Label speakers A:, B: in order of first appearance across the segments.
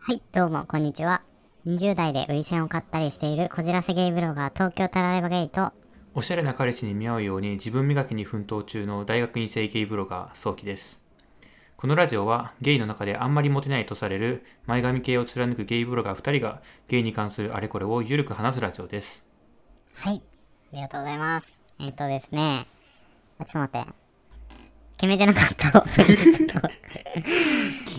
A: はい、どうも、こんにちは。20代で売り線を買ったりしているこじらせゲイブロガー東京タラレバゲイと、
B: おしゃれな彼氏に見合うように自分磨きに奮闘中の大学院生ゲイブロガー、早期です。このラジオはゲイの中であんまりモテないとされる前髪系を貫くゲイブロガー2人がゲイに関するあれこれをゆるく話すラジオです。
A: はい、ありがとうございます。えっ、とですね、あちょっと待って。決めてなか った。
B: 決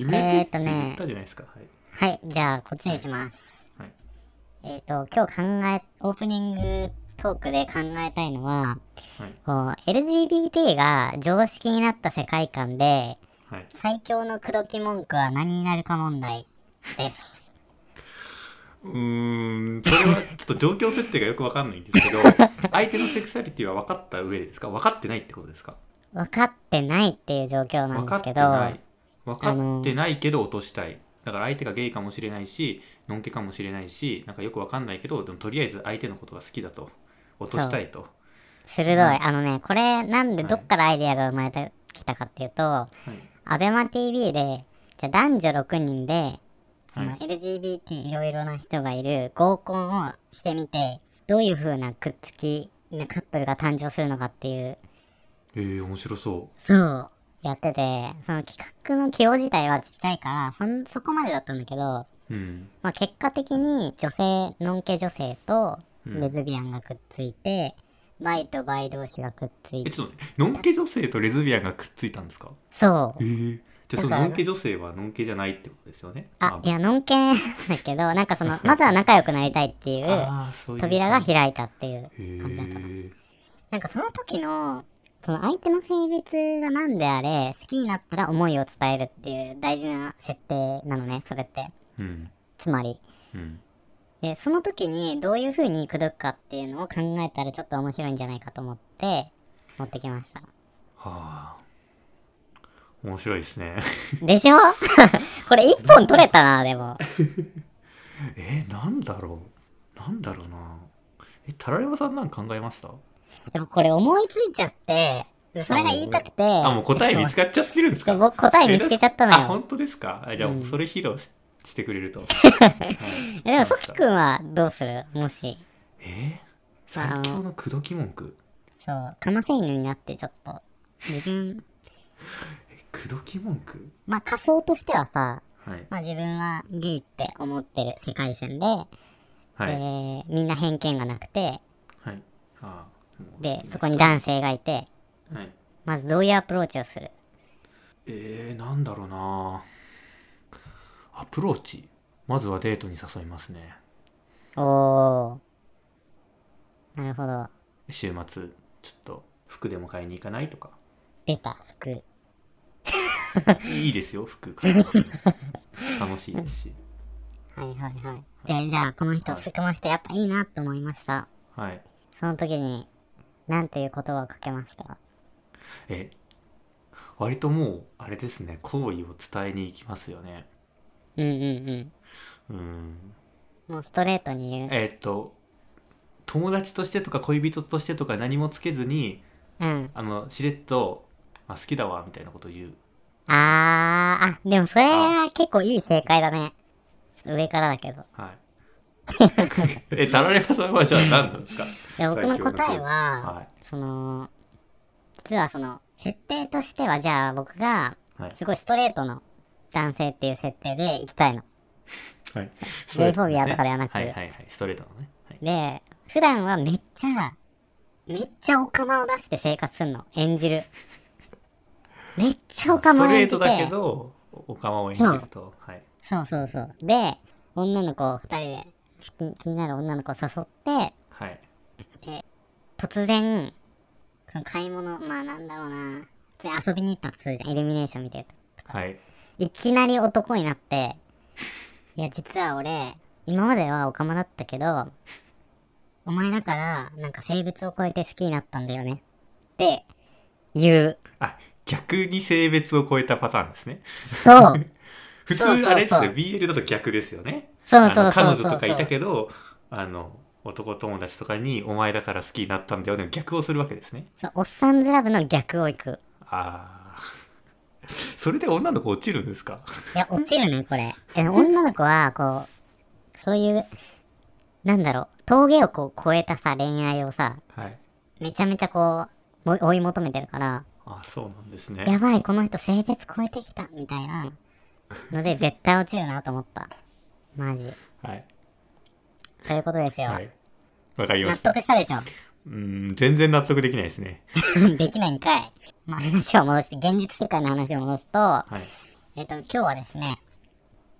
A: め
B: め
A: て
B: て
A: って言った
B: じゃないですか。はい。
A: はい、じゃあ、こっちにします。
B: はい、
A: えっ、と、今日考え、オープニングトークで考えたいのは、
B: は
A: こう、
B: い。
A: LGBT が常識になった世界観で、
B: はい。
A: 最強の口説き文句は何になるか問題です。
B: うーん、それはちょっと状況設定がよくわかんないんです けど、相手のセクシャリティは分かった上ですか分かってないってことですか
A: 分かってないっていう状況なん
B: 分
A: で
B: か
A: す
B: っ
A: け
B: て
A: ど、
B: ない分かってないけど落としたいだから相手がゲイかもしれないしノンケかもしれないしなんかよく分かんないけどでもとりあえず相手のことが好きだと落としたいと
A: 鋭い、
B: はい
A: あのねこれなんでどっからアイディアが生まれてきたかっていうと、
B: はい
A: アベマ t v でじゃあ男女6人で、そ
B: は
A: の
B: い
A: LGBT いろいろな人がいる合コンをしてみてどういう風なくっつきなカップルが誕生するのかっていう
B: えー、面白そ
A: そうやっててその企画の起用自体はちっちゃいからそんそこまでだったんだけど、
B: ううん
A: まあ、結果的に女性ノンケ女性と
B: うん
A: レズビアンがくっついて、バイとバイ同士がくっつい
B: え
A: て
B: ちょっと待ってノンケ女性とレズビアンがくっついたんですか
A: そう
B: えー、じゃあそ
A: だか
B: の
A: ら
B: ノンケ女性はノンケじゃないってことですよね
A: あ、いや、のんけんだけど、なんかそ の、まずは仲良くなりたいっていう
B: あーそういう
A: 扉が開いたっていう
B: へ
A: 感じだったな。
B: ー
A: なんかその時の、その相手の性別が何であれ、好きになったら思いを伝えるっていう大事な設定なのね、それって。
B: うん
A: つまり。
B: うん
A: で、その時にどういう風に口説くかっていうのを考えたらちょっと面白いんじゃないかと思って、持ってきました。
B: はあ面白いですね
A: でしょ これ一本取れたな、でも。
B: えー、なんだろうなんだろうなえタラレバさんなんか考えました
A: でもこれ思いついちゃって、でそれが言いたくて。
B: あ、もう答え見つかっちゃってるんです
A: そ
B: か
A: う僕答え見つけちゃったの
B: あ、
A: よ。
B: 本当ですかあじゃあ、
A: うん
B: それ披露ししてく れると。
A: えでも、ソキ君はどうするもし。
B: えー最強の口説き文句
A: そう、カマセイヌになってちょっと、自分、
B: え口説き文句
A: まあ仮想としてはさ、
B: はい。
A: まあ自分はゲイって思ってる世界線で、
B: はい。
A: でみんな偏見がなくて、
B: はい。あーもう
A: で、そこに男性がいて、
B: はい。
A: まずどういうアプローチをする
B: えー、なんだろうなアプローチ。まずはデートに誘いますね。
A: おー。なるほど。
B: 週末、ちょっと服でも買いに行かないとか。
A: 出た、服。
B: いいですよ、服買いに行くの 楽しいですし。
A: はいはいはい。で、じゃあこの人、すくましてやっぱいいなと思いました。
B: はい。
A: その時に、なんていう言葉をかけますか
B: え割ともうあれですね好意を伝えに行きますよね
A: うんうんうん。
B: うん
A: もうストレートに言う。
B: えーっと友達としてとか恋人としてとか何もつけずに
A: うん。
B: あのしれっと「あ好きだわ」みたいなことを言う
A: あー、あ、でもそれは結構いい正解だね。ちょっと上からだけど。
B: はい えタラレバさんはじゃあ何なんですか
A: で僕の答えは、
B: は
A: その、実はその、設定としてはじゃあ僕が、
B: いはい
A: すごいストレートの男性っていう設定で行きたいの。
B: はい
A: ゲイフォビアとかではなく
B: はいはいはいストレートのね、はい、
A: で、普段はめっちゃ、めっちゃオカマを出して生活すんの。演じ る。めっちゃオカ
B: ス
A: マ
B: ト
A: を
B: レ
A: 演じ
B: ー
A: て。
B: トだけどおおかまを演じるとはい
A: そうそうそう。で、女の子を2人で好き気になる女の子を誘って、
B: はい
A: 突然、その買い物、まあなんだろうな、普通に遊びに行ったとするじゃん、イルミネーション見てると。
B: はい
A: いきなり男になって、いや、実は俺、今まではオカマだったけど、お前だから、なんか性別を超えて好きになったんだよね。って、言う。
B: あ逆に性別を超えたパターンですね
A: そう。
B: 普通
A: そうそうそう
B: あれですよ BL だと逆ですよね
A: そう
B: あ
A: そうそうそう
B: の彼女とかいたけどあの男友達とかに「お前だから好きになったんだよね」逆をするわけですね
A: そうおっさんずラブの逆をいく。
B: あ それで女の子落ちるんですか
A: いや、落ちるね、これ。え女の子は、こう、そういう、なんだろう、峠をこう、越えたさ、恋愛をさ、
B: はい。
A: めちゃめちゃこう、も追い求めてるから、
B: あ、そうなんですね。
A: やばい、この人性別超えてきた、みたいなので、絶対落ちるなと思った。マジ。
B: はい。
A: ということですよ。
B: はい。わかりま
A: 納
B: した。
A: 得したでしょ
B: うーん、全然納得できないですね。
A: できないんかい。まあ、話を戻して、現実世界の話を戻すと、
B: はい。
A: えっ、と、今日はですね、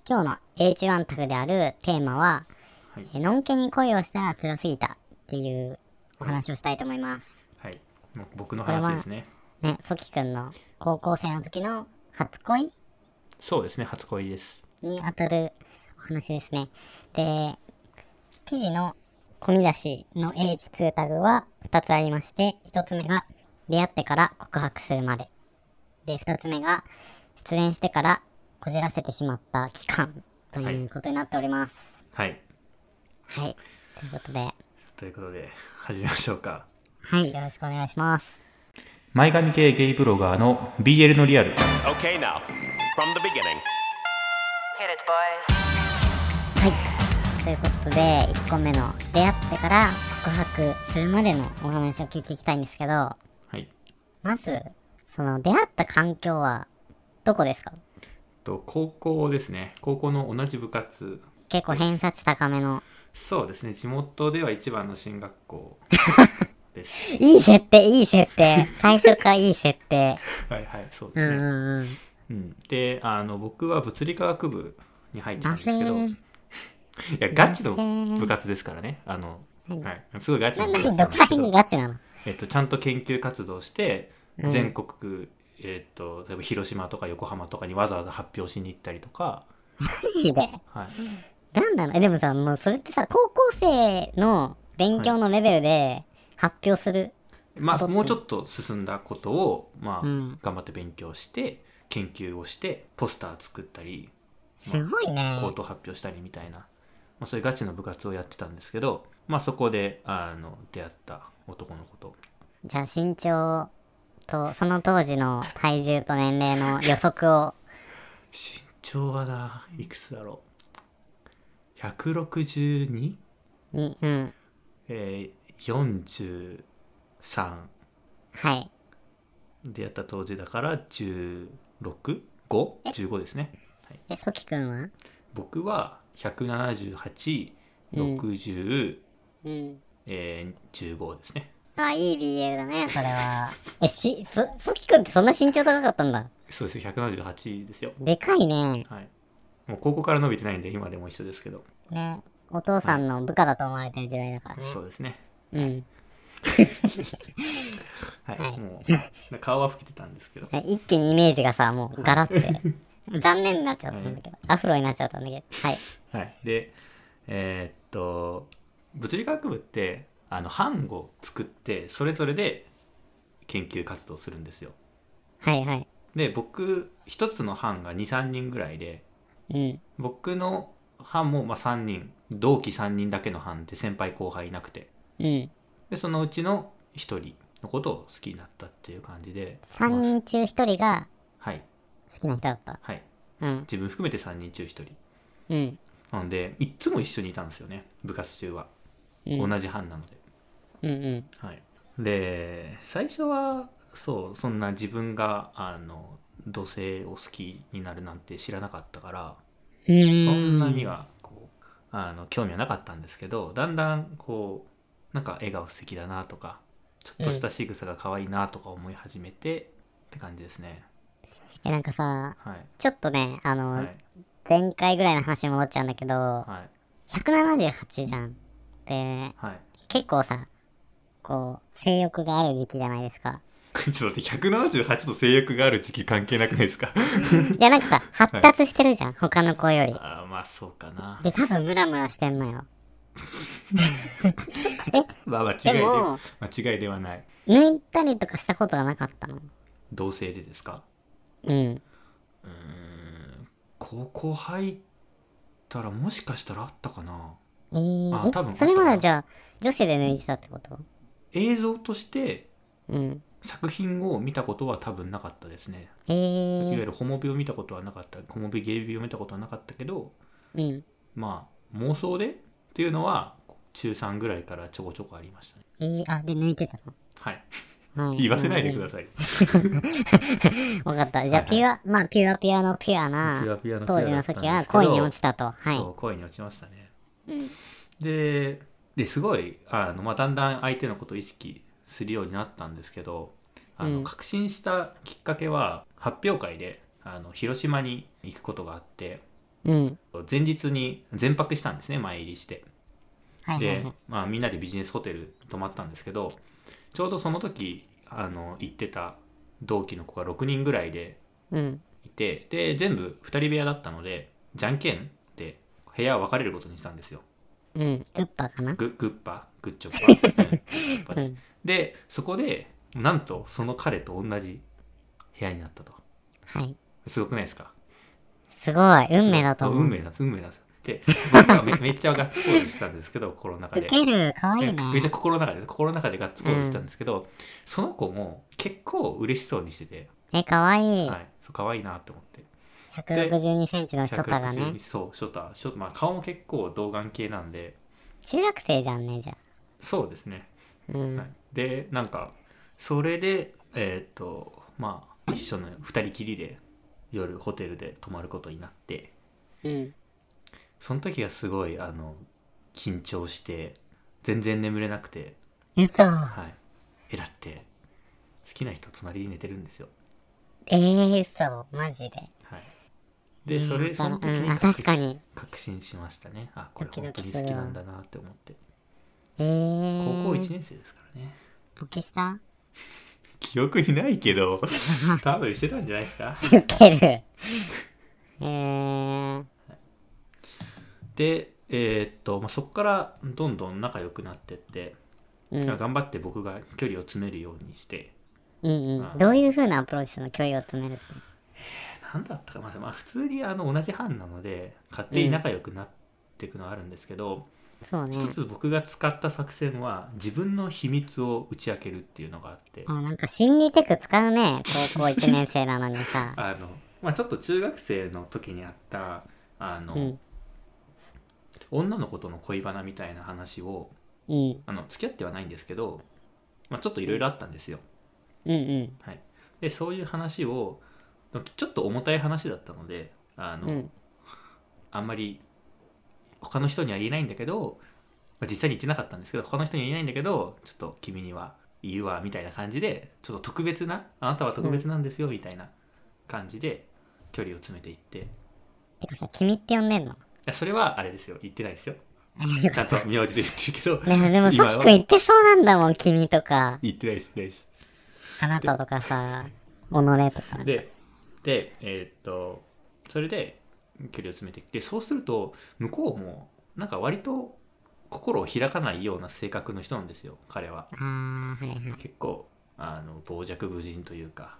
A: 今日の H1 タグであるテーマは、
B: はい
A: えのんけに恋をしたら辛すぎたっていうお話をしたいと思います。
B: はい。もう僕の
A: これは
B: 話ですね。
A: ね、ソキくんの高校生の時の初恋
B: そうですね、初恋です。
A: にあたるお話ですね。で、記事の込み出しの H2 タグは2つありまして、1つ目が出会ってから告白するまで。で、2つ目が失恋してからこじらせてしまった期間ということになっております。
B: はい。
A: はい。ということで、は
B: ということで、始めましょうか。
A: い、よろしくお願いします。
B: 前髪系ゲイブロガーの BL のリアル。
C: Okay, now, from the beginning.
D: Hit it, boys.
A: はい。ということで、1個目の出会ってから告白するまでのお話を聞いていきたいんですけど、
B: はい。
A: まず、その出会った環境はどこですか
B: と、高校ですね。高校の同じ部活。
A: 結構偏差値高めの。
B: そうですね、地元では一番の進学 校です。
A: いい設定、いい設 定。最初からいい設定。
B: はいはい、そう
A: う
B: で
A: ん
B: す
A: うん
B: ね。
A: うん。
B: うん、であの、僕は物理科学部に入ってたん
A: 男
B: ですけ
A: 性
B: ど、
A: ね
B: い。や、ガチの
A: 男性
B: 部活ですからね。あの
A: 何
B: はい、すごいガチ
A: な、
B: の部
A: なに、ど
B: 活なん
A: こ
B: です
A: ら
B: け
A: 辺
B: ど、
A: がガチなの
B: えっと、ちゃんと研究活動して、
A: うん
B: 全国区、えっと、例えば広島とか横浜とかにわざわざ発表しに行ったりとか、
A: マジで。
B: はい、
A: なんだろうえ、でもさ、もうそれってさ、高校生の勉強のレベルで発表する。
B: ま
A: だ
B: あ、
A: って
B: もうちょっと進んだことを、まあ、
A: うん
B: 頑張って勉強して、研究をして、ポスター作ったり、
A: すごいね。
B: コート発表したりみたいな、まあ、そういうガチの部活をやってたんですけど、まあ、そこであの出会った男の子と
A: じゃあ身長とその当時の体重と年齢の予測を
B: 身長はないくつだろう 162?
A: にうん
B: えー、43
A: はい
B: でやった当時だから1655ですね
A: えソキ君は
B: 僕は17860、
A: うん
B: えー15ですね
A: あいい BL だねそれはえしそソキ君ってそんな身長高かったんだ
B: そうですよ178ですよ
A: でかいね
B: はいもう高校から伸びてないんで今でも一緒ですけど
A: ねお父さんの部下だと思われてる時代だからね
B: そうですね
A: うん
B: はい、
A: はい
B: もう顔は老けてたんですけど、
A: え一気にイメージがさもうガラって 残念になっちゃったんだけど、アフロになっちゃったんだけどはい
B: はい、でえーっと物理学部ってあの班を作ってそれぞれで研究活動するんですよ
A: はいはい
B: で僕一つの班が23人ぐらいで
A: うん
B: 僕の班もまあ3人同期3人だけの班って先輩後輩いなくて
A: うん
B: でそのうちの1人のことを好きになったっていう感じで
A: 3
B: ま
A: 人中1人が
B: あはい
A: 好きな人だった
B: はい
A: うん
B: 自分含めて3人中1人
A: うん
B: なのでいっつも一緒にいたんですよね部活中は、
A: うん
B: 同じ班なので、
A: うんうん
B: はい、で最初はそうそんな自分があの同性を好きになるなんて知らなかったから
A: そ
B: そん
A: ん
B: なにはこうあの興味はなかったんですけどだんだんこうなんか笑顔素敵だなとかちょっとした仕草が可愛いなとか思い始めて、って感じですね
A: えなんかさ
B: はい
A: ちょっとねあの、
B: はい
A: 前回ぐらいの話に戻っちゃうんだけど、
B: はい
A: 178じゃんで
B: はい
A: 結構さこう性欲がある時期じゃないですか
B: ちょっと待って178と制約がある時期関係なくないです か
A: いやなんかさ発達してるじゃん、他の子より
B: あーまあそうかな
A: で多分ムラムラしてんのよ
B: まあ間違いで
A: でも
B: 間違いではない
A: 抜いたりとかしたことがなかったの
B: 同性でですか
A: うん
B: 高校入ったらもしかしたらあったかな
A: えー
B: あ多分
A: えそれまではじゃあ女子で抜いてたってこと
B: 映像として
A: うん
B: 作品を見たことは多分なかったですね。
A: へ
B: いわゆ
A: え。
B: るホモビを見たことはなかった、ホモビ、ゲイビを見たことはなかったけど、
A: うん。
B: まあ、妄想でっていうのは、中3ぐらいからちょこちょこありましたね。
A: えー、あ、で、抜いてた
B: はい。
A: の。はい。
B: 言わせないでくだ
A: さ
B: さい。
A: い。わかった。じゃあ、ピュア、まあ、ピュアピュアのピュアな、
B: ピュアピュアのピュ
A: 当
B: ア
A: 時
B: だ
A: の
B: ったんですけど
A: 時は恋に落ちたと。はい。
B: そう恋に落ちましたね、でですごいあの、まあ、だんだん相手のことを意識するようになったんですけどあの、
A: うん
B: 確信したきっかけは発表会であの広島に行くことがあって
A: うん。
B: 前日に全泊したんですね前入りして
A: はいはい
B: で
A: はい。、
B: まあ、みんなでビジネスホテル泊まったんですけどちょうどその時あの行ってた同期の子が6人ぐらいで
A: うん。
B: いてで全部2人部屋だったのでじゃんけんで部屋を分かれることにしたんですよ
A: うん。グッパかな
B: ググッパグッチョッパうんグッ パ
A: う
B: で
A: ん。
B: でそこでなんとその彼と同じ部屋になったと
A: はい。
B: すごくないですか
A: すごい。運命だと
B: そう
A: 思う。
B: 運命なんです運命なんですよで僕はめ めっちゃガッツポーズしてたんですけど心の中
A: ウ
B: で
A: ケる。かわいいね。
B: めっちゃ心の中で心の中でガッツポーズしてたんですけど、その子も結構嬉しそうにしてて、
A: え、かわいい
B: は。い、そう可愛いなって思って
A: 162センチのショタがね
B: 162。そうショタショ、まあ、顔も結構童顔系なんで
A: 中学生じゃんね、じゃあ。
B: そうですね
A: う
B: は
A: ん。
B: い、でなんかそれでえっ、とまあ一緒の2人きりで夜ホテルで泊まることになって
A: うん。
B: その時はすごいあの緊張して全然眠れなくて
A: 嘘。
B: はいえだって好きな人隣に寝てるんですよ
A: えー、嘘。マジで。
B: はいでそ
A: うん
B: れその時
A: うん、
B: に
A: あ
B: 確
A: 確
B: 信
A: かに。
B: 確信しましたねあこれ
A: ドキド
B: 本当
A: キ
B: に
A: する
B: 好
A: わ
B: きなんだなって思って
A: えー。
B: 高校1年生ですからね
A: ボケ した
B: 記憶にないけ ど多分してたんじゃないですか
A: ウケる。えー。
B: で、えーっとまあ、そこからどんどん仲良くなってって、
A: うん。うん
B: 頑張って僕が距離を詰めるようにして
A: うん。どういう風なアプローチするの距離を詰めるって。
B: 何だったか、まあ、まあ普通にあの同じ班なので勝手に仲良くなっていくのはあるんですけど、
A: そうね
B: 一。つ僕が使った作戦は自分の秘密を打ち明けるっていうのがあって、。
A: あ、なんか心理テク使うね。高校1年生なのにさ
B: あのまあ、ちょっと中学生の時にあった あの、
A: うん。
B: 女の子との恋バナみたいな話を
A: うん。
B: あの付き合ってはないんですけど、まあ、ちょっといろいろあったんですよ。
A: うんうん。
B: はい、でそういう話をちょっと重たい話だったのであの、
A: うん。
B: あんまり他の人には言えないんだけど、まあ実際に言ってなかったんですけど他の人には言えないんだけどちょっと君には言うわみたいな感じでちょっと特別なあなたは特別なんですよみたいな感じで距離を詰めていって
A: て
B: い
A: かさ、君って呼んでんの
B: やそれはあれですよ言ってないで すよちゃんと名字で言ってるけど
A: ねでも
B: 今
A: さきく
B: は
A: ん言ってそうなんだもん。君と か、
B: 言ってないです言ってないです
A: あなたとかさ、己とか。
B: ででえーっとそれで距離を詰めてきてそうすると向こうもなんか割と心を開かないような性格の人なんですよ彼は
A: あー、はいはい。
B: 結構あの傍若無人という か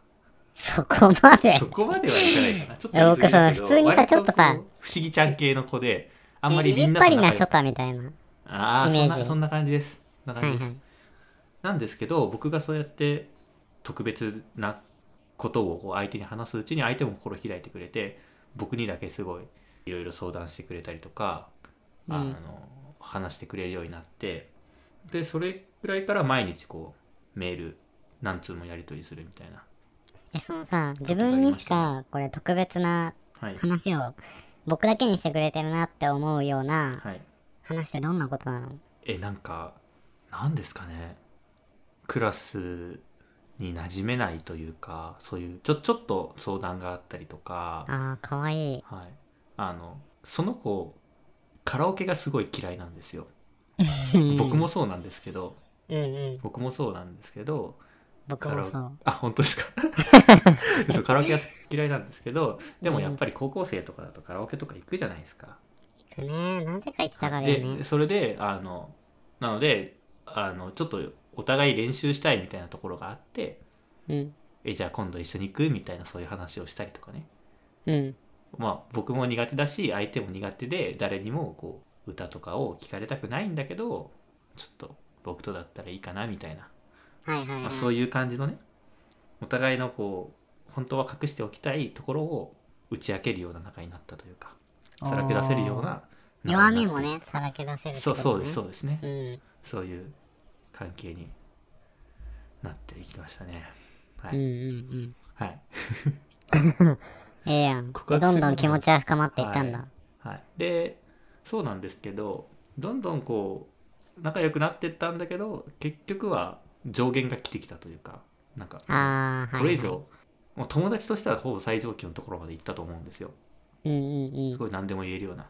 A: そこまで。
B: そこまではいかないかなちょっと
A: いや僕
B: 言い過ぎだけど
A: その普通にさ
B: 割と
A: ちょっとさ
B: こう不思議ちゃん系の子であ
A: あ
B: んまりみ
A: い
B: ん
A: じっ
B: な
A: ぱりなショ
B: 仲良く
A: タみたいな。
B: ああ
A: イメ
B: そ
A: ー
B: ん
A: ジ
B: なそんな感じですそん
A: は
B: な感
A: い
B: じで
A: は
B: す、
A: い。
B: なんですけど僕がそうやって特別なことをこう相手に話すうちに相手も心開いてくれて僕にだけすごいいろいろ相談してくれたりとか、
A: うん
B: あの話してくれるようになってでそれぐらいから毎日こうメール何通もやり取りするみたいな、
A: え、そのさ、自分にしか、これ特別な
B: はい
A: 話を、僕だけにしてくれてるなって思うような
B: はい、
A: 話ってどんなことなの
B: えなんか何ですかねクラスに馴染めないというかそういうちょちょっと相談があったりとか
A: あー、かわいい。
B: はい、あのその子カラオケがすごい嫌いなんですよ僕もそうなんですけど
A: うんうん。
B: 僕もそうなんですけど
A: 僕もそう。
B: あ本当ですか そうカラオケが嫌いなんですけどでもやっぱり高校生とかだとカラオケとか行くじゃないですか、
A: 行くね。なぜか行きたがるよね
B: で。それであのなのであのちょっとお互い練習したいみたいなところがあって
A: うん。
B: えじゃあ今度一緒に行くみたいなそういう話をしたりとかね
A: うん。
B: まあ、僕も苦手だし相手も苦手で誰にもこう歌とかを聞かれたくないんだけどちょっと僕とだったらいいかなみたいな、
A: はいはい、
B: ま
A: は
B: あ、
A: い。
B: そういう感じのねお互いのこう本当は隠しておきたいところを打ち明けるような仲になったというかさらけ出せるような
A: 弱
B: 仲
A: み
B: になっ
A: もね、さらけ出せるって
B: そう
A: こと
B: そうで
A: ね
B: すそうですね、
A: うん。
B: そういう関係になっていきましたねは
A: う
B: い、
A: んうんうん。
B: はい
A: ええやん。で
B: 告
A: ど
B: 白する
A: んどん気持ちは深まっていったんだ。
B: はい、でそうなんですけどどんどんこう仲良くなってったんだけど結局は上限が来てきたというかなんか
A: ああ、はい、はい。
B: これ以上、もう友達としてはほぼ最上級のところまで行ったと思うんですよ
A: うんうんう
B: す
A: ん。
B: ごい何でも言えるような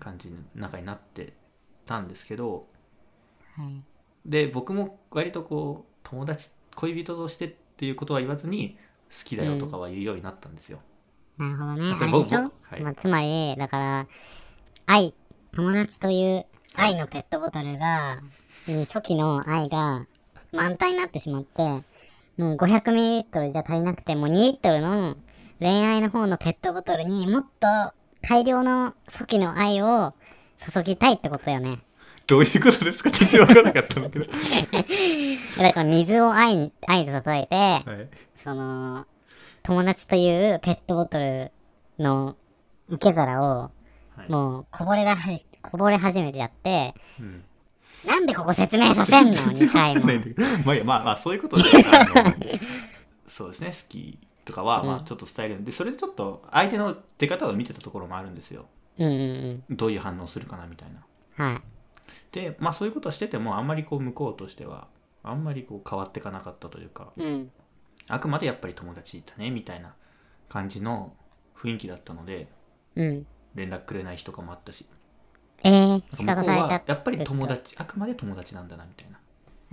B: 感じの仲になってたんですけど
A: はい
B: で僕も割とこう友達恋人としてっていうことは言わずに好きだよとかは言うようになったんですよ、
A: なるほどね。
B: そ
A: あ
B: れ
A: れ
B: 僕
A: でしょ、
B: はい
A: まあ、つまり、だから、愛、友達という愛のペットボトルが、に初期の愛が満タンになってしまって、もう500ミリリットルじゃ足りなくて、もう2リットルの恋愛の方のペットボトルにもっと大量の初期の愛を注ぎたいってことよね。
B: どういうことですか全然分からなかったんだけど
A: だから水を愛に、愛で注いで、
B: はい
A: その友達というペットボトルの受け皿を
B: はい
A: もうこぼれだはじこぼれ始めてやって
B: うん
A: なんでここ説明させん の2回
B: わかん
A: も
B: ないんだけどまあいいやまあまあそういうことであのそうですね好きとかはまあちょっと伝えるんで、それでちょっと相手の出方を見てたところもあるんですよ
A: うんうん
B: どういう反応するかなみたいな
A: うんはい
B: でまあそういうことはしててもあんまりこう向こうとしてはあんまりこう変わっていかなかったというか
A: うん
B: あくまでやっぱり友達だねみたいな感じの雰囲気だったので
A: うん
B: 連絡くれない人とかもあったし
A: えー、仕
B: 向こ
A: 方
B: う
A: されちゃ
B: は
A: っ
B: やっぱり友達あくまで友達なんだなみたい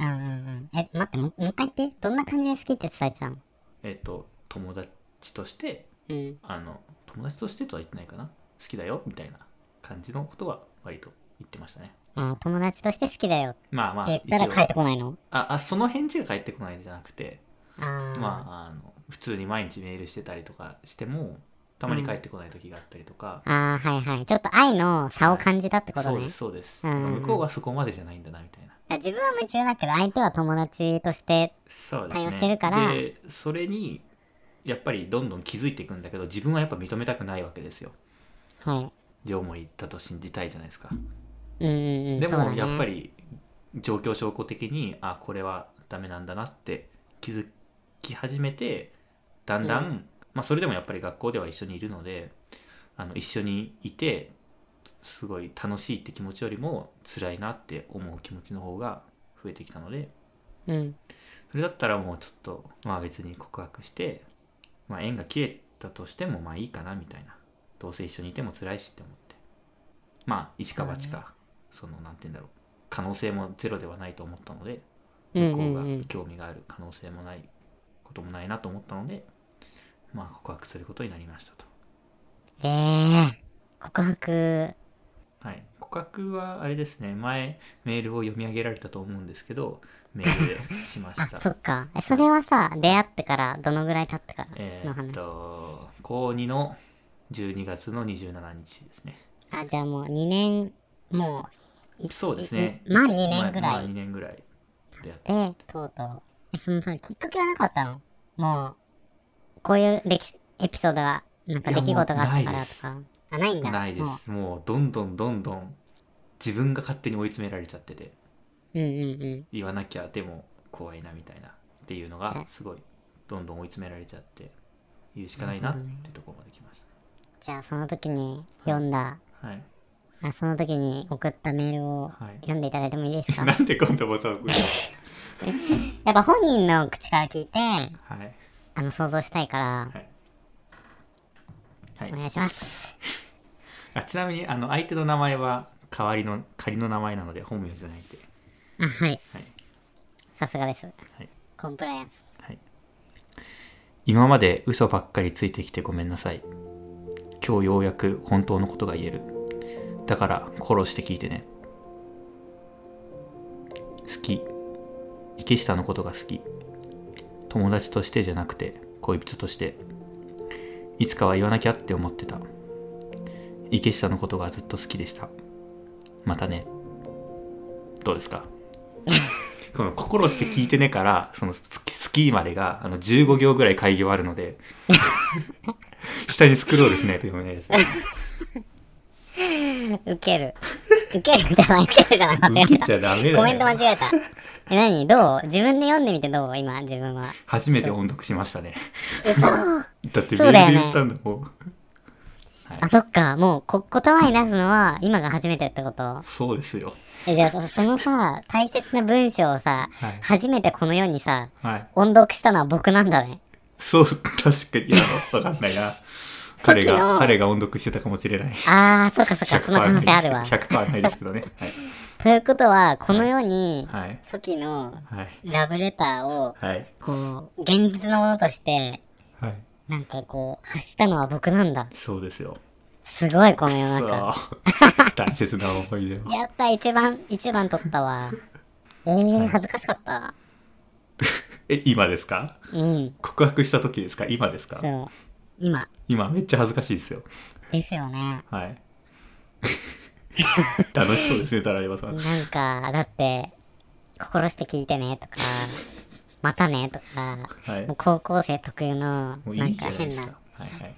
B: な
A: うんうんうんえ待ってももう一回言ってどんな感じで好きって伝えてたの
B: えっ、と友達として
A: うん
B: あの友達としてとは言ってないかな好きだよみたいな感じのことは割と言ってましたね
A: あ友達として好きだよって
B: まあまあ
A: 言ったら
B: 一応
A: 帰ってこないの
B: ああその返事が返ってこないんじゃなくて
A: ああ
B: まああの普通に毎日メールしてたりとかしてもたまに返ってこない時があったりとか、
A: あーはいはいちょっと愛の差を感じたってこと
B: そう
A: ね、
B: ですそうで
A: う
B: す、
A: ん
B: 向こうはそこまでじゃないんだなみたいな
A: あ自分は夢中だけど相手は友達として
B: そうです
A: 対
B: ね
A: 応してるから
B: でそれにやっぱりどんどん気づいていくんだけど自分はやっぱ認めたくないわけですよ
A: はい
B: 両思いだと信じたいじゃないですか
A: うんうんうん
B: で
A: そうだ
B: も
A: ね
B: やっぱり状況証拠的にあこれはダメなんだなって気づき始めてだんだん、
A: う
B: まあ、それでもやっぱり学校では一緒にいるのであの一緒にいてすごい楽しいって気持ちよりも辛いなって思う気持ちの方が増えてきたので
A: うん
B: それだったらもうちょっとまあ別に告白して、まあ、縁が切れたとしてもまあいいかなみたいなどうせ一緒にいても辛いしって思ってまあ一か八かそのなんて言うんだろう可能性もゼロではないと思ったので
A: うん
B: 向こう
A: う
B: が
A: んうん
B: 興味がある可能性もないこともないなと思ったのでまあ告白することになりましたと
A: ええ告白
B: はい告白はあれですね前メールを読み上げられたと思うんですけどメールでしま
A: あ
B: した
A: そっかえそれはさ出会ってからどのぐらい経ってから
B: え
A: の
B: ーっ
A: 話、
B: と高2の12月の27日ですね
A: あじゃあもう2年もうい
B: そうですね
A: い満2年ぐ
B: まあま
A: ら
B: あ
A: い
B: 2
A: で
B: 年ぐらいでやっ
A: とうとうえそのさきっかけはなかったのもうこういう歴史エピソードがなんか出来事があった
B: い
A: か
B: やもうないで
A: らと
B: す
A: かあないんだ
B: ないで
A: も
B: すもうどんどんどんどん自分が勝手に追い詰められちゃってて
A: ううんうんうん
B: 言わなきゃでも怖いなみたいなっていうのがすごいどんどん追い詰められちゃって言うしかないなってところまで来まし
A: じゃあその時に読んだ
B: た、はい
A: あその時に送ったメールを
B: はい
A: 読んでいただいてもいいですか、
B: なんで今度また送るの
A: やっぱ本人の口から聞いてあ
B: はい
A: の想像したいから
B: はいはい
A: お願いします
B: あちなみにあの相手の名前は代わりの仮の名前なので本名じゃないんで
A: あはい
B: はい
A: さすがです、
B: い
A: コンプライアンス
B: はい、今まで嘘ばっかりついてきてごめんなさい今日ようやく本当のことが言えるだから殺して聞いてね好き池下のことが好き友達としてじゃなくて恋人としていつかは言わなきゃって思ってた池下のことがずっと好きでしたまたねどうですかこの心して聞いてねからその好き好キーまでがあの15行ぐらい開業あるの で下にスクロールしないと読めないです
A: ウケる。ウケるじゃない、ウケるじゃない、間違
B: 受
A: え
B: けちゃダメ
A: た。コメ
B: だ
A: ント
B: よ
A: 間違えた。え、何どう自分で読んでみてどう今、自分は。
B: 初めて音読しましたね
A: 嘘
B: だって
A: そ
B: メー
A: う
B: ル
A: だよ
B: で
A: ね
B: 言ったんだもん、
A: あ、そっか。もう、こ、言葉に出すのは、今が初めてってこと
B: そうですよ
A: え、じゃあ、そのさ、大切な文章をさ、
B: はい
A: 初めてこの世にさ、
B: はい
A: 音読したのは僕なんだね。
B: そう確かにいやわかんないな彼
A: さっき
B: が
A: の
B: 彼が音読してたかもしれない
A: あー、そっかそっか、その可能性ある
B: な
A: わ
B: いです。けど100%ないですけどねはい
A: ということは、この世に、
B: はい
A: 初期の
B: はい
A: ラブレターを、
B: はい
A: こう、現実のものとして、
B: はい
A: なんかこう、発したのは僕なんだ。
B: そうですよ
A: すごい、この世の中。
B: さ あ大切な思い出を
A: やった、一番、一番取ったわ。えー、恥ずかしかった。
B: え今ですか
A: うん、
B: 告白した時ですか今ですか
A: そう。今、
B: 今めっちゃ恥ずかしいですよ
A: ですよね。
B: はい 楽しそうですねタラリバさん
A: なんか、だって、心して聞いてねとか、またねとか、
B: はい
A: もう高校生特有の、
B: もう
A: ないん
B: いじ
A: か
B: ゃない
A: 変
B: です
A: な
B: か、はいはい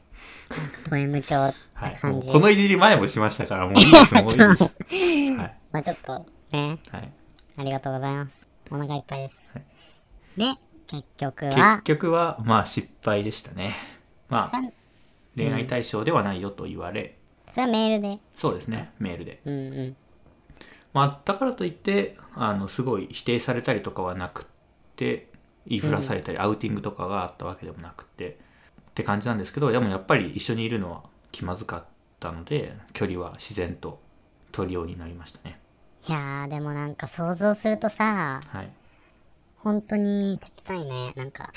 A: ポエム調な
B: はい、も
A: 感
B: う
A: じ。
B: このいじり前もしましたからもういいですもういいです はい
A: まあちょっと、ね、
B: はい
A: ありがとうございます。お腹いっぱいです。
B: はい
A: で、結局
B: 結
A: は、
B: 局はまあ失敗でしたねまあ
A: うん
B: 恋愛対象ではないよと言われ、
A: それはメールで。
B: そうですねメールで、
A: うんうん。
B: まあ、だからといってあのすごい否定されたりとかはなくって言いふらされたり、アウティングとかがあったわけでもなくてって感じなんですけどでもやっぱり一緒にいるのは気まずかったので距離は自然と取るようになりましたね
A: いやー、でもなんか想像するとさ、
B: はい
A: 本当に切ないね。なんか、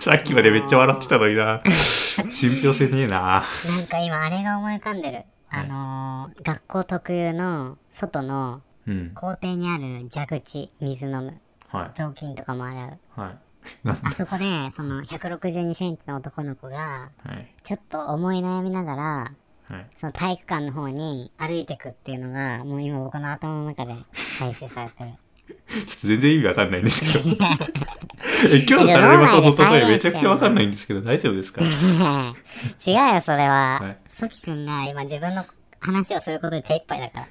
B: さっきまでめっちゃ笑ってたのに な信憑性ねえな
A: なんか今あれが思い浮かんでる。あ
B: はい
A: のー、学校特有の外の
B: うん
A: 校庭にある蛇口、水飲む、
B: は
A: 雑巾とかも洗う。
B: いはいなん
A: あそこで、その162センチの男の子が、
B: はい
A: ちょっと思い悩みながら、
B: はい
A: その体育館の方に歩いてくっていうのが、もう今僕の頭の中で再生され てる。
B: ちょっと全然意味わかんないんですけどえ今日のタラレバさんの例えめちゃくちゃわかんないんですけど大丈夫ですか
A: 違うよ、それ
B: はい
A: は。ソキ君が今自分の話をすることで手一杯だから。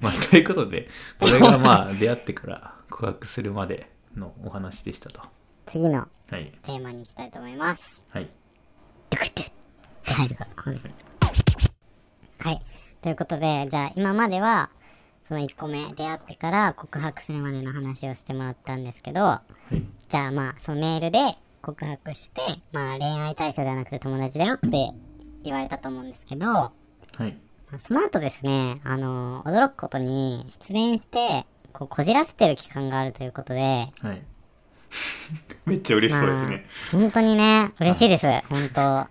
B: まあ、ということで、これがまあ、出会ってから告白するまでのお話でしたと。
A: 次の
B: はい。
A: テーマに行きたいと思います。
B: はい。
A: ドクドゥって入るから、これはい。ということで、じゃあ今までは、その1個目、出会ってから告白するまでの話をしてもらったんですけど、じゃあまあ、そのメールで告白して、まあ恋愛対象ではなくて友達だよって言われたと思うんですけど、ま
B: はい。
A: あその後ですね、あの、驚くことに、失恋して、こう、こじらせてる期間があるということで、
B: はい。 めっちゃ嬉しそうですね。
A: 本当にね、嬉しいです。本当。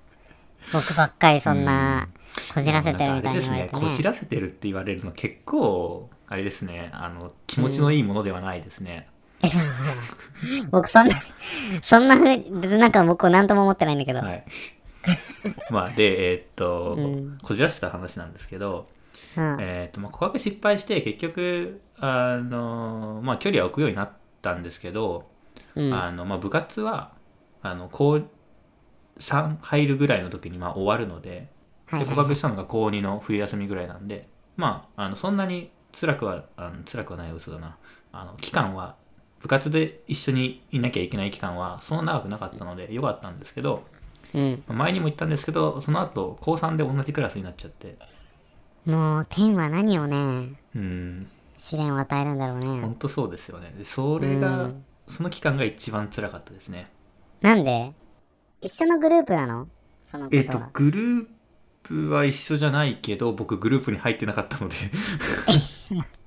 A: 僕ばっかりそんな、こじらせてるみたいに言わ
B: な
A: れ
B: んかあれですね、
A: て
B: こじ
A: ね。
B: らせてるって言われるの結構、あれですね、あの、気持ちのいいものではないですね。
A: 僕そんな、 そんなふうに、別になんか僕何とも思ってないんだけど。
B: はい。 まあ、で、えーっと、
A: うん
B: こじらせた話なんですけど、
A: うん。
B: えーっと、まあ、告白失敗して、結局、あの、まあ、距離は置くようになったんですけど、
A: うん。
B: あのまあ、部活はあの高3入るぐらいの時にまあ終わるので
A: はい
B: で告白したのが高2の冬休みぐらいなんで、まあ、あのそんなに辛くはあの辛くはない嘘だなあの期間は部活で一緒にいなきゃいけない期間はそんな長くなかったのでよかったんですけど
A: うん。
B: まあ前にも言ったんですけどその後高3で同じクラスになっちゃって
A: もう、天は何をね、
B: うん
A: 試練を与えるんだろう
B: 本
A: ね。
B: 当そうですよねでそれが、
A: うん
B: その期間が一番辛かったですね
A: なんで一緒のグループなのその
B: え
A: こ
B: っ
A: と
B: と
A: は。
B: グループは一緒じゃないけど僕グループに入ってなかった ので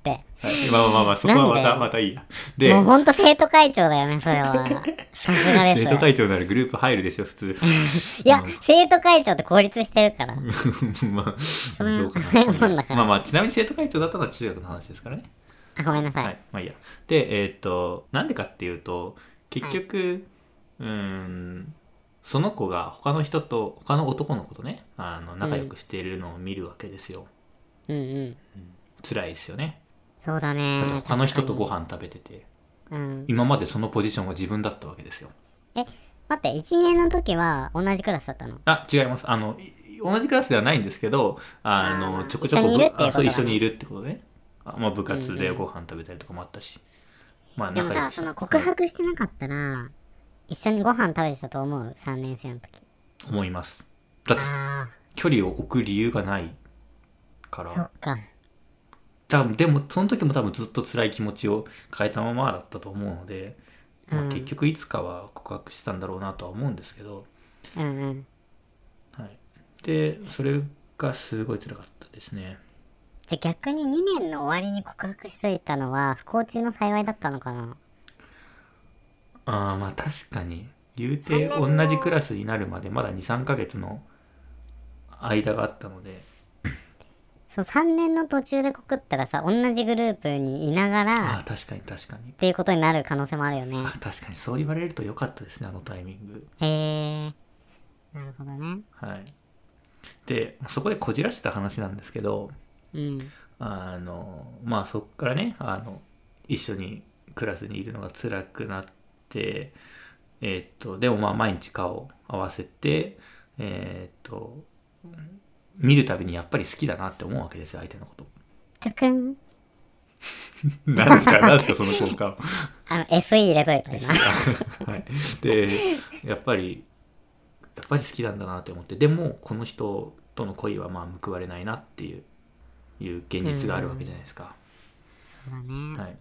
A: で、
B: はいまあまあまあそこは
A: な
B: ま
A: ん
B: た
A: で
B: またいいやで
A: もうほんと生徒会長だよね、それ は。さすがです。
B: 生徒会長ならグループ入るでしょ普通
A: いや、生徒会長って効率してるから。
B: まあ
A: ん
B: どうか
A: そういうもんだから
B: まあまあちなみに生徒会長だったのは中学の話ですからね
A: あ、ごめんなさい。
B: はいまあいいやでえっとなんでかっていうと結局、うーんその子が他の人と他の男の子とねあの仲良くしているのを見るわけですよ、
A: うんうん。
B: 辛いですよね
A: そうだ
B: だっ
A: ね
B: て。他の人とご飯食べてて
A: うん。
B: 今までそのポジションは自分だったわけですよ
A: え、待って、1年の時は同じクラスだったの
B: あ違いますあのい同じクラスではないんですけどあの
A: あー
B: ちょくちょく
A: 一緒にいるっていうことだね
B: あそう一緒にいるってことねあまあ、部活でご飯食べたりとかもあったし、まあ
A: でも
B: 仲良
A: さ、
B: く
A: その告白してなかったら、一緒にご飯食べてたと思う ?3 年生の時。
B: 思いますだって
A: あ
B: 距離を置く理由がないか
A: あ、そ
B: ら
A: っか。
B: 多分でもその時も多分ずっと辛い気持ちを抱えたままだったと思うので、まあ
A: うん
B: 結局いつかは告白してたんだろうなとは思うんですけど、
A: うんうん。
B: はい、でそれがすごい辛かったですね
A: じゃあ逆に2年の終わりに告白しといたのは不幸中の幸いだったのかな
B: ああまあ確かに言うて同じクラスになるまでまだ23ヶ月の間があったので
A: その3年の途中で告ったらさ、同じグループにいながら、っ
B: ああ確かに確かに
A: ていうことになる可能性もあるよね。
B: あ確かにそう言われると良かったですねあのタイミング
A: へえ。なるほどね。
B: はいでそこでこじらした話なんですけど
A: うん。
B: あのまあそこからねあの一緒にクラスにいるのが辛くなってえーっとでもまあ毎日顔を合わせてえーっと見るたびにやっぱり好きだなって思うわけですよ相手のこと
A: たくん。
B: 何ですか何ですかその効果
A: あの、SE 入れといた今。
B: はいでやっぱりやっぱり好きなんだなって思ってでもこの人との恋はまあ報われないなっていういう現実があるわけじゃないですか、
A: そうだね。
B: はい、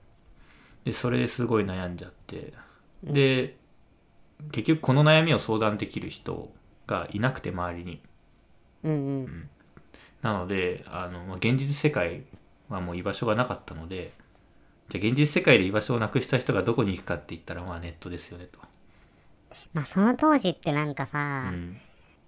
B: でそれですごい悩んじゃってで結局この悩みを相談できる人がいなくて周りに
A: うんうん。
B: なのであのまあ現実世界はもう居場所がなかったのでじゃあ現実世界で居場所をなくした人がどこに行くかって言ったらまあネットですよねと、
A: まあ、その当時ってなんかさ、
B: うん、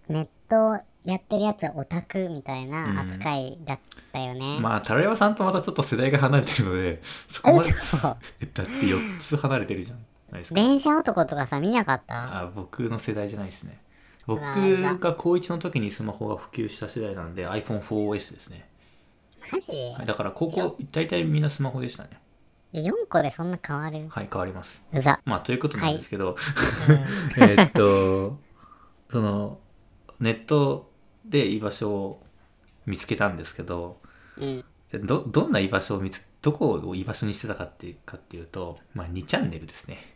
A: ネットやってるやつはオタクみたいな扱いだったよね。
B: まあタラヤさんとまたちょっと世代が離れてるの でそこまで
A: 嘘
B: えだって4つ離れてるじゃないですか
A: 電車男とかさ、見なかった
B: あ僕の世代じゃないですね僕
A: わーざ
B: が高1の時にスマホが普及した世代なんで iPhone4OS ですね
A: マジ
B: はいだから高校大体みんなスマホでしたね
A: え ?4 個でそんな変わる
B: はい変わります
A: うざ。
B: まあということなんですけど、
A: うん
B: えーっとそのネットで居場所を見つけたんですけど
A: うん。
B: でどどんな居場所を見つどこを居場所にしてたかっていうかっていうと、まあ、2チャンネルですね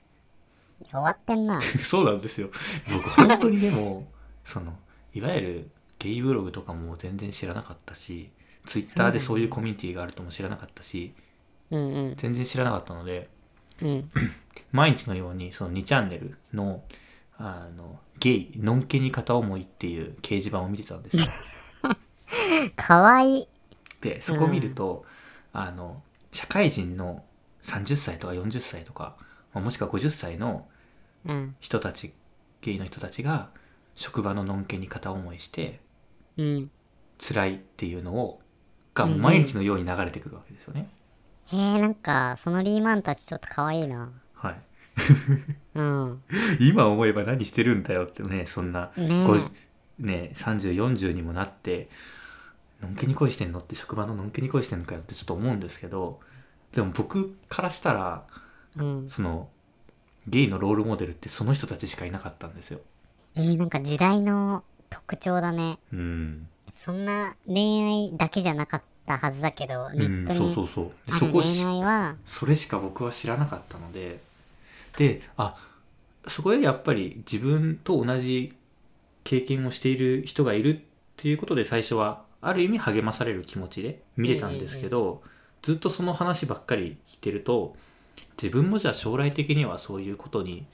A: 終わってんな。
B: そうなんですよ。僕本当にでも、その、いわゆるゲイブログとかも全然知らなかったし、ツイッターでそういうコミュニティがあるとも知らなかったし、
A: うんうん。
B: 全然知らなかったので、
A: うん。
B: 毎日のようにその2チャンネルの、あの、ゲイ、ノンケに片思いっていう掲示板を見てたんですよ。
A: かわいい。
B: で、そこ見ると、あの、社会人の30歳とか40歳とか、まあもしくは50歳の
A: うん。
B: 人たちゲイの人たちが職場ののんけに片思いして
A: うん。
B: 辛いっていうのをが毎日のように流れてくるわけですよね。
A: へえ、なんか、そのリーマンたちちょっとかわいいな。
B: はい、
A: うん。
B: 今思えば何してるんだよってねそんな、
A: ねえ
B: ごね、3040にもなってのんけに恋してんのって職場ののんけに恋してんのかよってちょっと思うんですけどでも僕からしたら
A: うん。
B: そのゲイのロールモデルってその人たちしかいなかったんですよ。
A: えー、なんか時代の特徴だね。
B: うん
A: そんな恋愛だけじゃなかったはずだけど、ネ
B: うん、
A: ット
B: そ
A: に
B: うそうそう。
A: あ
B: そ
A: る
B: こし
A: 恋愛は、
B: それしか僕は知らなかったのでであそこでやっぱり自分と同じ経験をしている人がいるっていうことで最初はある意味励まされる気持ちで見れたんですけど、ずっとその話ばっかり聞いてると自分もじゃあ将来的にはそういうことに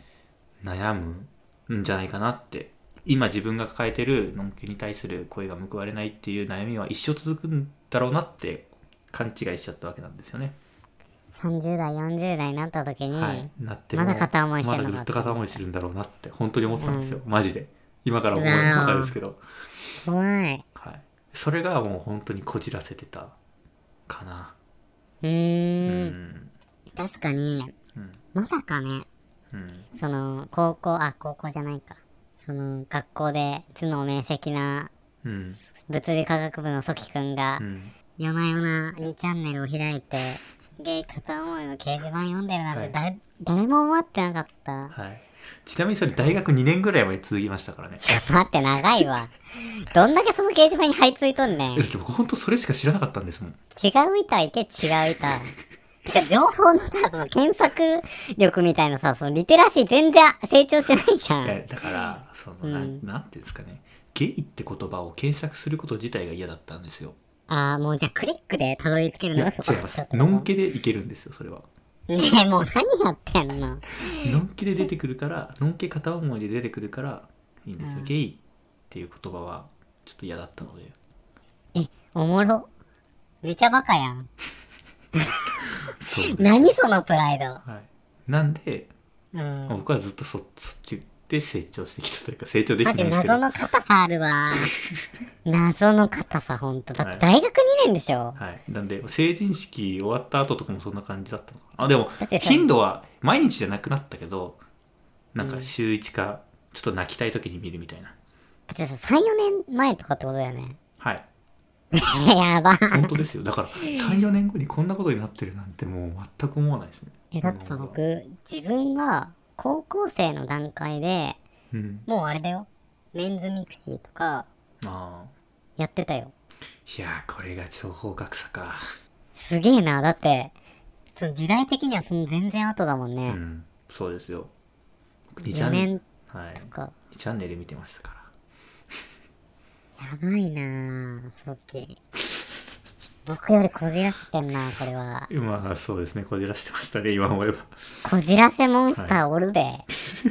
B: 悩むんじゃないかなって今自分が抱えてるのんけに対する声が報われないっていう悩みは一生続くんだろうなって勘違いしちゃったわけなんですよね。
A: 30代、40代になった時に、
B: はい、なって
A: まだ片思いしてん
B: ま
A: のか
B: だずっと片思いするんだろうなって本当に思ってたんですよ、マジで今から思
A: う
B: う
A: わー
B: バカですけど、
A: 怖い。
B: はい、それがもう本当にこじらせてたかな
A: う
B: う
A: ーん。
B: ん
A: 確かに、
B: うん
A: まさかね、
B: うん
A: その、高校、あ、高校じゃないか。その、学校で、頭脳明晰な
B: うん
A: 物理科学部のソキ君が
B: う、ん
A: 夜な夜な2チャンネルを開いて、ゲイ片思いの掲示板読んでるなん
B: は
A: て
B: い
A: 誰、誰も思ってなかった。
B: はい。ちなみにそれ大学2年ぐらいまで続きましたからね。
A: 待って、長いわ。どんだけその掲示板に張り付いとんねん。
B: え
A: 違う
B: でも本当それしか知らなかったんですもん。
A: 板行け、違う板。 てか、情報のさ、その検索力みたいなさ、そのリテラシー全然成長してないじゃ
B: い
A: ん。
B: やだから、その、な
A: うん
B: んなんていうんですかね。ゲイって言葉を検索すること自体が嫌だったんですよ。
A: あー、もうじゃあクリックでたどり着ける
B: い
A: の
B: や
A: がそこ
B: 違いま
A: だ
B: す
A: っ。た
B: のんけでいけるんですよ、それは。
A: ねえ、もう何やってんの
B: のんけで出てくるから、のんけ片思いで出てくるから、いいんですよ。
A: うん
B: ゲイっていう言葉は、ちょっと嫌だったので。
A: え、おもろ。めちゃバカやん。
B: そうです
A: 何そのプライド。
B: はい。なんで、
A: うん。
B: 僕はずっとそそっちで成長してきたというか、成長でき
A: マ
B: て
A: ジ
B: ないんですけ
A: 謎
B: ど。は
A: の硬さある わ。謎の硬さほんと。だって大学2年でしょ、
B: い。なんで、成人式終わった後とかもそんな感じだったのかな。あ、でも
A: だって、さ
B: 頻度は毎日じゃなくなったけど、なんか週1か、ちょっと泣きたい時に見るみたいな。
A: だってさ、3、4年前とかってことだよ ね。
B: はい。
A: やば。
B: 本当ですよ。だから、3、4年後にこんなことになってるなんてもう全く思わないですね。
A: え、だってさ、
B: もう
A: 僕、自分が高校生の段階で、
B: うん。
A: もうあれだよ。メンズミクシーとか
B: ああ。
A: やってたよ。
B: いやー、これが情報格差か。
A: すげえな。だって、その時代的にはその全然後だもん
B: う
A: ね。
B: ん。そうですよ。僕2チャ
A: 4
B: ンネル
A: 年、
B: はい。
A: か。
B: 2チャンネル見てましたから。
A: やばいなぁ、ソッキー。 僕よりこじらせてんなこれは。
B: まあそうですね、こじらせてましたね、今思えば。
A: こじらせモンスターおるで。よ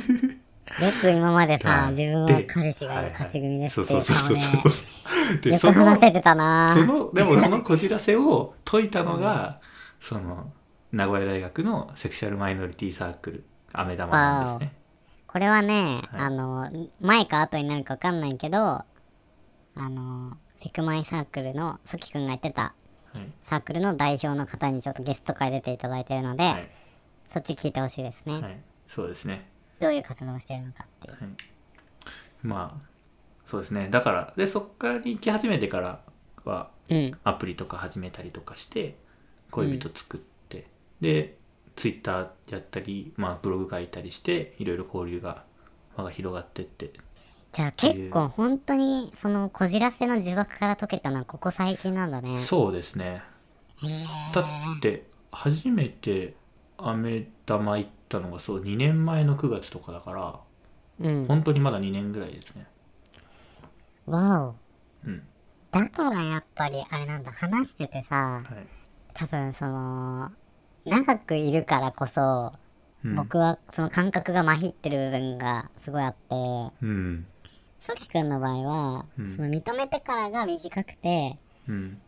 A: く今までさ、自分は彼氏がいる勝ち組ですって
B: は
A: いう
B: いはいそうそうそう
A: の
B: そう。
A: をね、
B: で、
A: よ
B: そ
A: く
B: の、
A: 話
B: そ
A: せてたなぁ。
B: の、でもそのこじらせを解いたのが、その、名古屋大学のセクシャルマイノリティサークル、アメ玉なんですね。
A: これはね、
B: はい
A: あの、前か後になるかわかんないけど、あの、セクマイサークルの、ソキくんがやってた
B: はい
A: サークルの代表の方にちょっとゲスト会出ていただいてるので、
B: はい。
A: そっち聞いてほしいですね。
B: はい。そうですね。
A: どういう活動をしてるのかっていう。
B: まあ、そうですね。だから、で、そっから行き始めてからは、
A: うん。
B: アプリとか始めたりとかして恋人作って、でツイッターやったり、まあ、ブログ書いたりしていろいろ交流がまあ広がってって
A: じゃあ結構本当にそのこじらせの呪縛から解けたのはここ最近なんだね。
B: そうですね
A: へえ
B: だって初めてアメ玉行ったのがそう2年前の9月とかだか
A: う
B: ら
A: ん。
B: 本当にまだ2年ぐらいですね
A: わ
B: うん
A: お。だからやっぱりあれなんだ話しててさ
B: はい、
A: 多分その長くいるからこそ
B: うん、
A: 僕はその感覚がまひってる部分がすごいあって
B: うん
A: ソキ君の場合は
B: うん
A: その認めてからが短くて
B: うん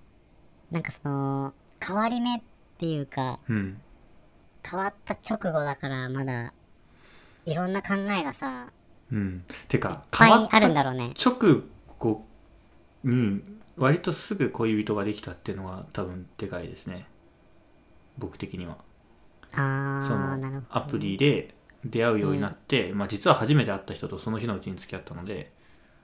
A: なんかその変わり目っていうか
B: うん
A: 変わった直後だからまだいろんな考えがさ
B: うんてか
A: いっ
B: 変
A: ぱ
B: わ
A: い
B: っ
A: あ
B: た
A: るんだろうね。
B: 直後に割とすぐ恋人ができたっていうのは多分でかいですね僕的にはそ
A: ああ、なる
B: の
A: ほど。
B: アプリで出会うようになって、まあ、実は初めて会った人とその日のうちに付き合ったので、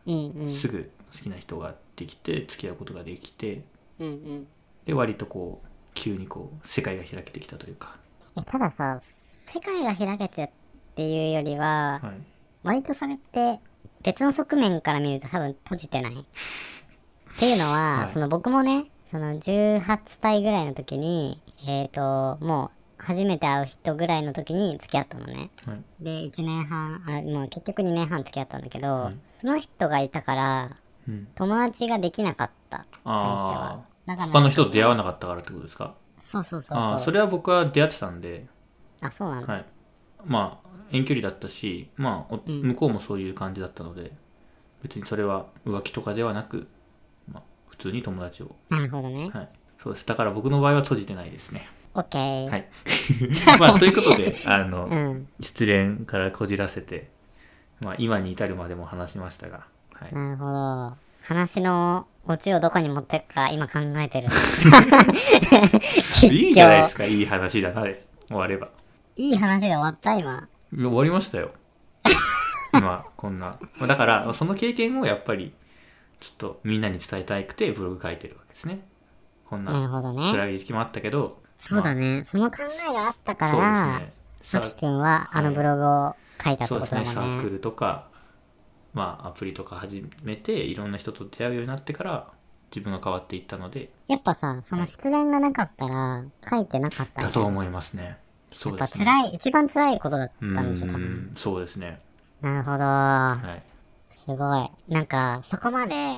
A: うんうん。
B: すぐ好きな人ができて付き合うことができて
A: うんうん。
B: で割とこう急にこう世界が開けてきたというか、
A: え、たださ、世界が開けてっていうよりは、
B: はい、
A: 割とそれって別の側面から見ると多分閉じてない。っていうのは、
B: はい
A: その僕もね、その18歳ぐらいの時に、えっ、ー、と、もう初めて会う人ぐらいの時に付き合ったのね。
B: はい
A: で、1年半、あ、もう結局2年半付き合ったんだけど、
B: い
A: その人がいたから、
B: うん、
A: 友達ができなかった。最初は
B: あ。
A: だか
B: あ
A: ら
B: 他の人と出会わなかったからってことですか
A: そうそうそうそう。
B: ああーそれは僕は出会ってたんで
A: あ、そうなんだ。
B: はい、まあ遠距離だったし、まあお
A: ん
B: 向こうもそういう感じだったので別にそれは浮気とかではなく、まあ、普通に友達を、
A: なるほどね。
B: はい、そうですだから僕の場合は閉じてないですね。
A: オッケー。
B: はい まあ、ということ であの、
A: うん。
B: 失恋からこじらせて、まあ、今に至るまでも話しましたが、はい、
A: なるほど。話のオチをどこに持ってくか今考えてる。
B: いいんじゃないですかいい話だなで終われば
A: いい話で終わった今。
B: いや終わりまし たよ今こんなまあだからその経験をやっぱりちょっとみんなに伝えたいくてブログ書いてるわけですねこん
A: なる
B: な
A: ほどね。
B: 辛い時期もあったけど
A: そうだね。その考えがあったから、
B: そうですね
A: マ
B: さ
A: キ君はあのブログを書いたって
B: そう
A: こ
B: で
A: と
B: す
A: だ
B: ねサ
A: も
B: ー
A: ん
B: ク
A: ね。
B: ルとか、まあ、アプリとか始めていろんな人と出会うようになってから自分が変わっていったので
A: やっぱさ、その失恋がなかったら書いてなかったん
B: だ
A: だよ
B: と思いますねそ
A: や
B: う
A: っ
B: で
A: ぱ
B: すね
A: 辛い、一番辛いことだった
B: うん
A: でしょ、多分。
B: んそうですね
A: なるほど。
B: はい
A: すごい。なんか、そこまで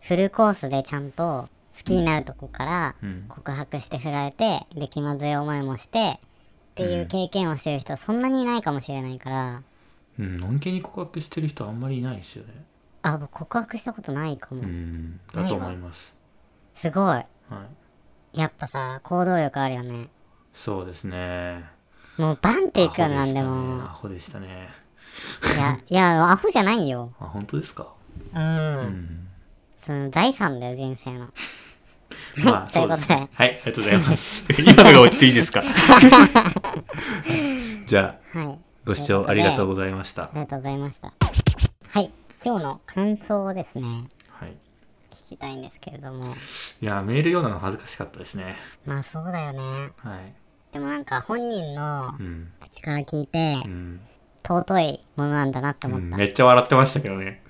A: フルコースでちゃんと好きになるとこから
B: うん
A: 告白して振られて、で、気まずい思いもして、っていう経験をしてる人そんなにいないかもしれないから、
B: うんのんけに告白してる人あんまりいないですよね
A: あ、僕告白したことないかも。
B: うんだと思います
A: すごい。
B: はい
A: やっぱさ、行動力あるよね。
B: そうですね
A: もうバンっていくよ、なんで
B: ア
A: も。
B: ホでしたね
A: いや、いや、アホじゃないよ。
B: あ本当で すか
A: うん。
B: うん
A: その財産だよ、人生の。
B: まあ
A: とい
B: そうう
A: こ
B: で
A: と
B: す
A: で
B: ねはいありがとうございます 今のが落ちていいですかじゃあ
A: はい。
B: ご視聴ありがとうございました
A: ありがとうございました。はい。今日の感想をですね、
B: はい
A: 聞きたいんですけれども。
B: いやメール読んだの恥ずかしかったですね
A: まあそうだよね。
B: はい
A: でもなんか本人の
B: うん
A: 口から聞いて、
B: うん
A: 尊いものなんだなって思った。
B: めっちゃ笑ってましたけどね。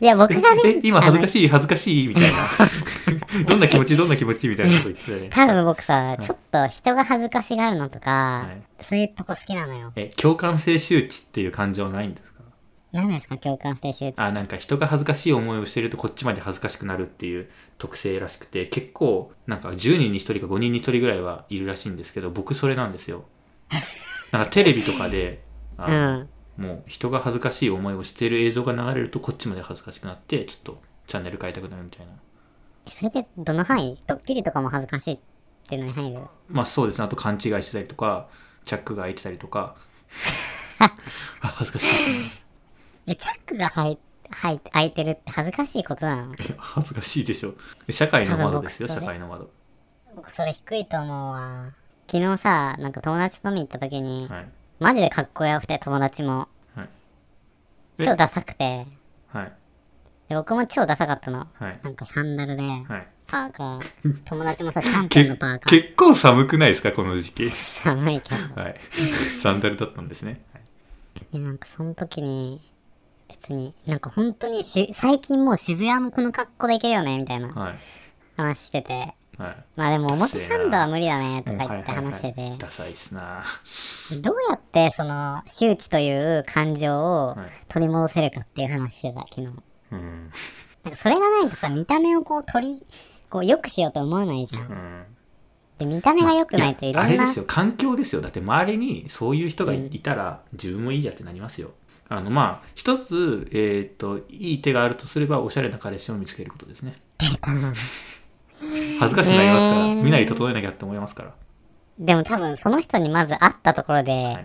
A: いや、僕がね
B: え、、今恥ずかしい、恥ずかしい、みたい な。どんな気持ち、どんな気持ち、みたいなこと言ってたね。
A: 多分僕さ、ちょっと人が恥ずかしがるのとか、
B: はい
A: そういうとこ好きなのよ。
B: え、共感性周知っていう感情ないんですか
A: 何ですか、共感性手術。
B: あ、なんか人が恥ずかしい思いをしてるとこっちまで恥ずかしくなるっていう特性らしくて、結構、なんか10人に1人か5人に1人ぐらいはいるらしいんですけど、僕それなんですよ。なんかテレビとかで、
A: う
B: あ
A: ん。
B: もう人が恥ずかしい思いをしてる映像が流れるとこっちまで恥ずかしくなって、ちょっとチャンネル変えたくなるみたいな。
A: それってどの範囲ドッキリとかも恥ずかしいっていうのに入る
B: まあそうですね。あと勘違いしてたりとか、チャックが開いてたりとか。あ、恥ずかしい。
A: え、チャックがはい、はい、開いてるって恥ずかしいことなの
B: いや恥ずかしいでしょ。社会の窓ですよ、
A: 多
B: 社
A: 分僕それ
B: 会の窓。
A: 僕それ低いと思うわ。昨日さ、なんか友達と見に行った時に、
B: はい。
A: マジでかっこよくて友達も。
B: はい。え
A: 超ダサくて。
B: はい。
A: で僕も超ダサかったの。
B: はい。
A: なんかサンダルで、
B: はい。
A: パーカ ー。友達もさ、キャンペーンの
B: け
A: パーカー。
B: 結構寒くないですか、この 時期。
A: 寒いけど。
B: はい。サンダルだったんですね。はい
A: で、なんかその時に、別に、なんか本当にし、最近もう渋谷もこの格好で行けるよね、みたいな
B: はい。
A: 話してて。
B: はい。
A: まあでも表参道は無理だね、とか言って
B: はいはいはい
A: 話してて。
B: ダサいっすな
A: どうやってその周知という感情を
B: はい
A: 取り戻せるかっていう話してた昨日なんか
B: うん。
A: それがないとさ見た目をこう取りこう良くしようと思わないじゃ
B: うんん。
A: で見た目が良くないといろ
B: あ
A: ん
B: れ
A: な
B: ですよ環境ですよだって周りにそういう人がいいたら、自分もいいやってなりますよあのまあ一つ、えー、といい手があるとすればおしゃれな彼氏を見つけることですね恥ずかしくなりますから、
A: えー
B: 身なり整えなきゃって思いますから
A: でも多分その人にまず会ったところで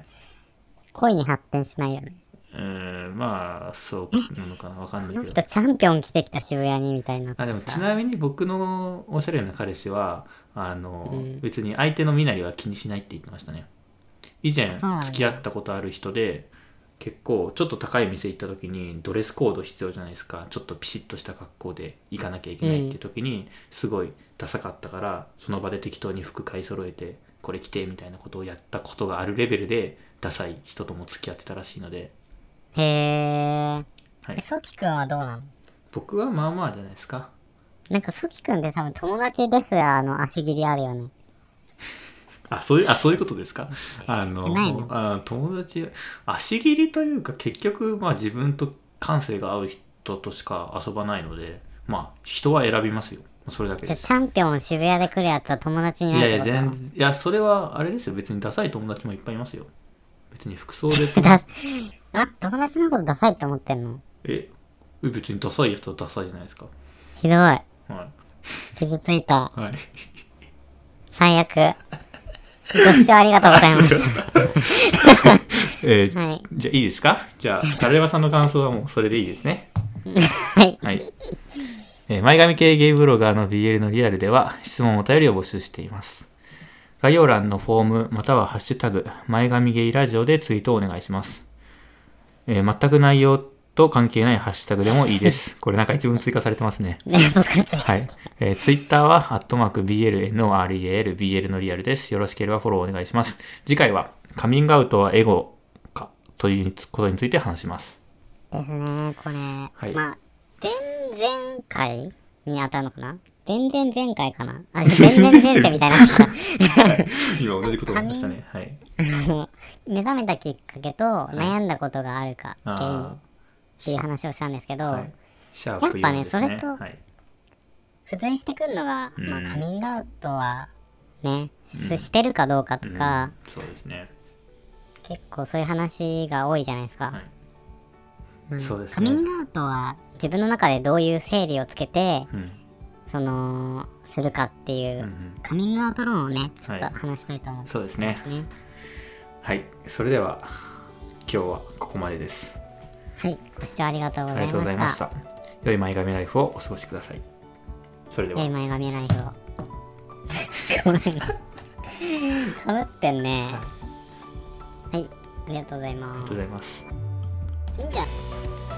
B: い
A: 恋に発展しないよね
B: うーんまあそうなのかなわかん
A: こ
B: な
A: の
B: いけ
A: 人
B: ど
A: チャンピオン来てきた渋谷にみたいになって
B: あでもち
A: さ
B: なみに僕のおしゃれな彼氏はあの、
A: うん
B: 別に相手の身なりは気にしないって言ってましたね以前
A: そうなんだ
B: 付き合ったことある人で結構ちょっと高い店行った時にドレスコード必要じゃないですかちょっとピシッとした格好で行かなきゃいけないっていう時にすごいダサかったからその場で適当に服買い揃えてこれ着てみたいなことをやったことがあるレベルでダサい人とも付き合ってたらしいので
A: へー
B: はい
A: えソキ君はどうなの
B: 僕はまあまあじゃないですか
A: なんかソキ君って多分友達ですあの足切りあるよね
B: あ、そういう、あ、そういうことですか。あの、
A: ないの
B: あ友達、足切りというか、結局、まあ自分と感性が合う人としか遊ばないので、まあ人は選びますよ。それだけ
A: じゃ
B: で
A: あチ
B: す。
A: ャンピオン渋谷で来るやつは友達に
B: い
A: な
B: やい
A: いって
B: や、
A: ことい
B: 全然、いや、それはあれですよ。別にダサい友達もいっぱいいますよ。別に服装 で、
A: だ、あ、友達のことダサいって思ってんの
B: え、別にダサい人はダサいじゃないですか。
A: ひどい。
B: は
A: 傷ついた。
B: い。はい。
A: 最悪。 ご視聴ありがとうございまし
B: えー
A: た。はい。
B: じゃあいいですかじゃあ、サルエバさんの感想はもうそれでいいですね。
A: はい。
B: はい。えー前髪系ゲイブロガーの BL のリアルでは質問お便りを募集しています。概要欄のフォームまたはハッシュタグ前髪ゲイラジオでツイートをお願いします。えー全く内容と関係ないハッシュタグでもいい です。これなんか一文追加されてますね。
A: ね、僕はつい
B: はい。えー、ツイッターは、アットマーク BLNOREAL、BL のリアルです。よろしければフォローお願いします。次回は、カミングアウトはエゴかということについて話します。
A: ですね、これ。
B: い
A: まあ、前々回に当たるのかな前々前回かな あ、前々前々みたいな。
B: 今同じこと
A: を思いましたね。
B: はい。
A: あの目覚めたきっかけと悩んだことがあるか、原因にっ
B: あ
A: ていう話をしたんですけど、
B: あ、はい。シャープ
A: やっぱね
B: 4ですね。
A: それと
B: はい。
A: 付随してくるのが、ま
B: う
A: あ、
B: ん
A: カミングアウトはね、すしてるかどうかと
B: うん
A: か、
B: そうですね。
A: 結構そういう話が多いじゃないですか、
B: はい
A: まあ
B: そうですね
A: カミングアウトは自分の中でどういう整理をつけて
B: うん。
A: そのするかっていう、
B: うんうん
A: カミングアウト論をねちょっと
B: はい
A: 話したいと思うんです
B: そうですね。
A: ね、
B: はい。それでは、今日はここまでです。
A: はいご視聴ありがとうご
B: あ
A: ざ
B: り
A: い
B: がとう
A: ま
B: ござい
A: し
B: ま
A: た
B: した。良い前髪ライフをお過ごしください。それでは
A: 良い。前髪ライフをごめん かぶってんねはいありがとうござい
B: ありが
A: ま
B: と
A: す
B: うございます。
A: いいんじゃん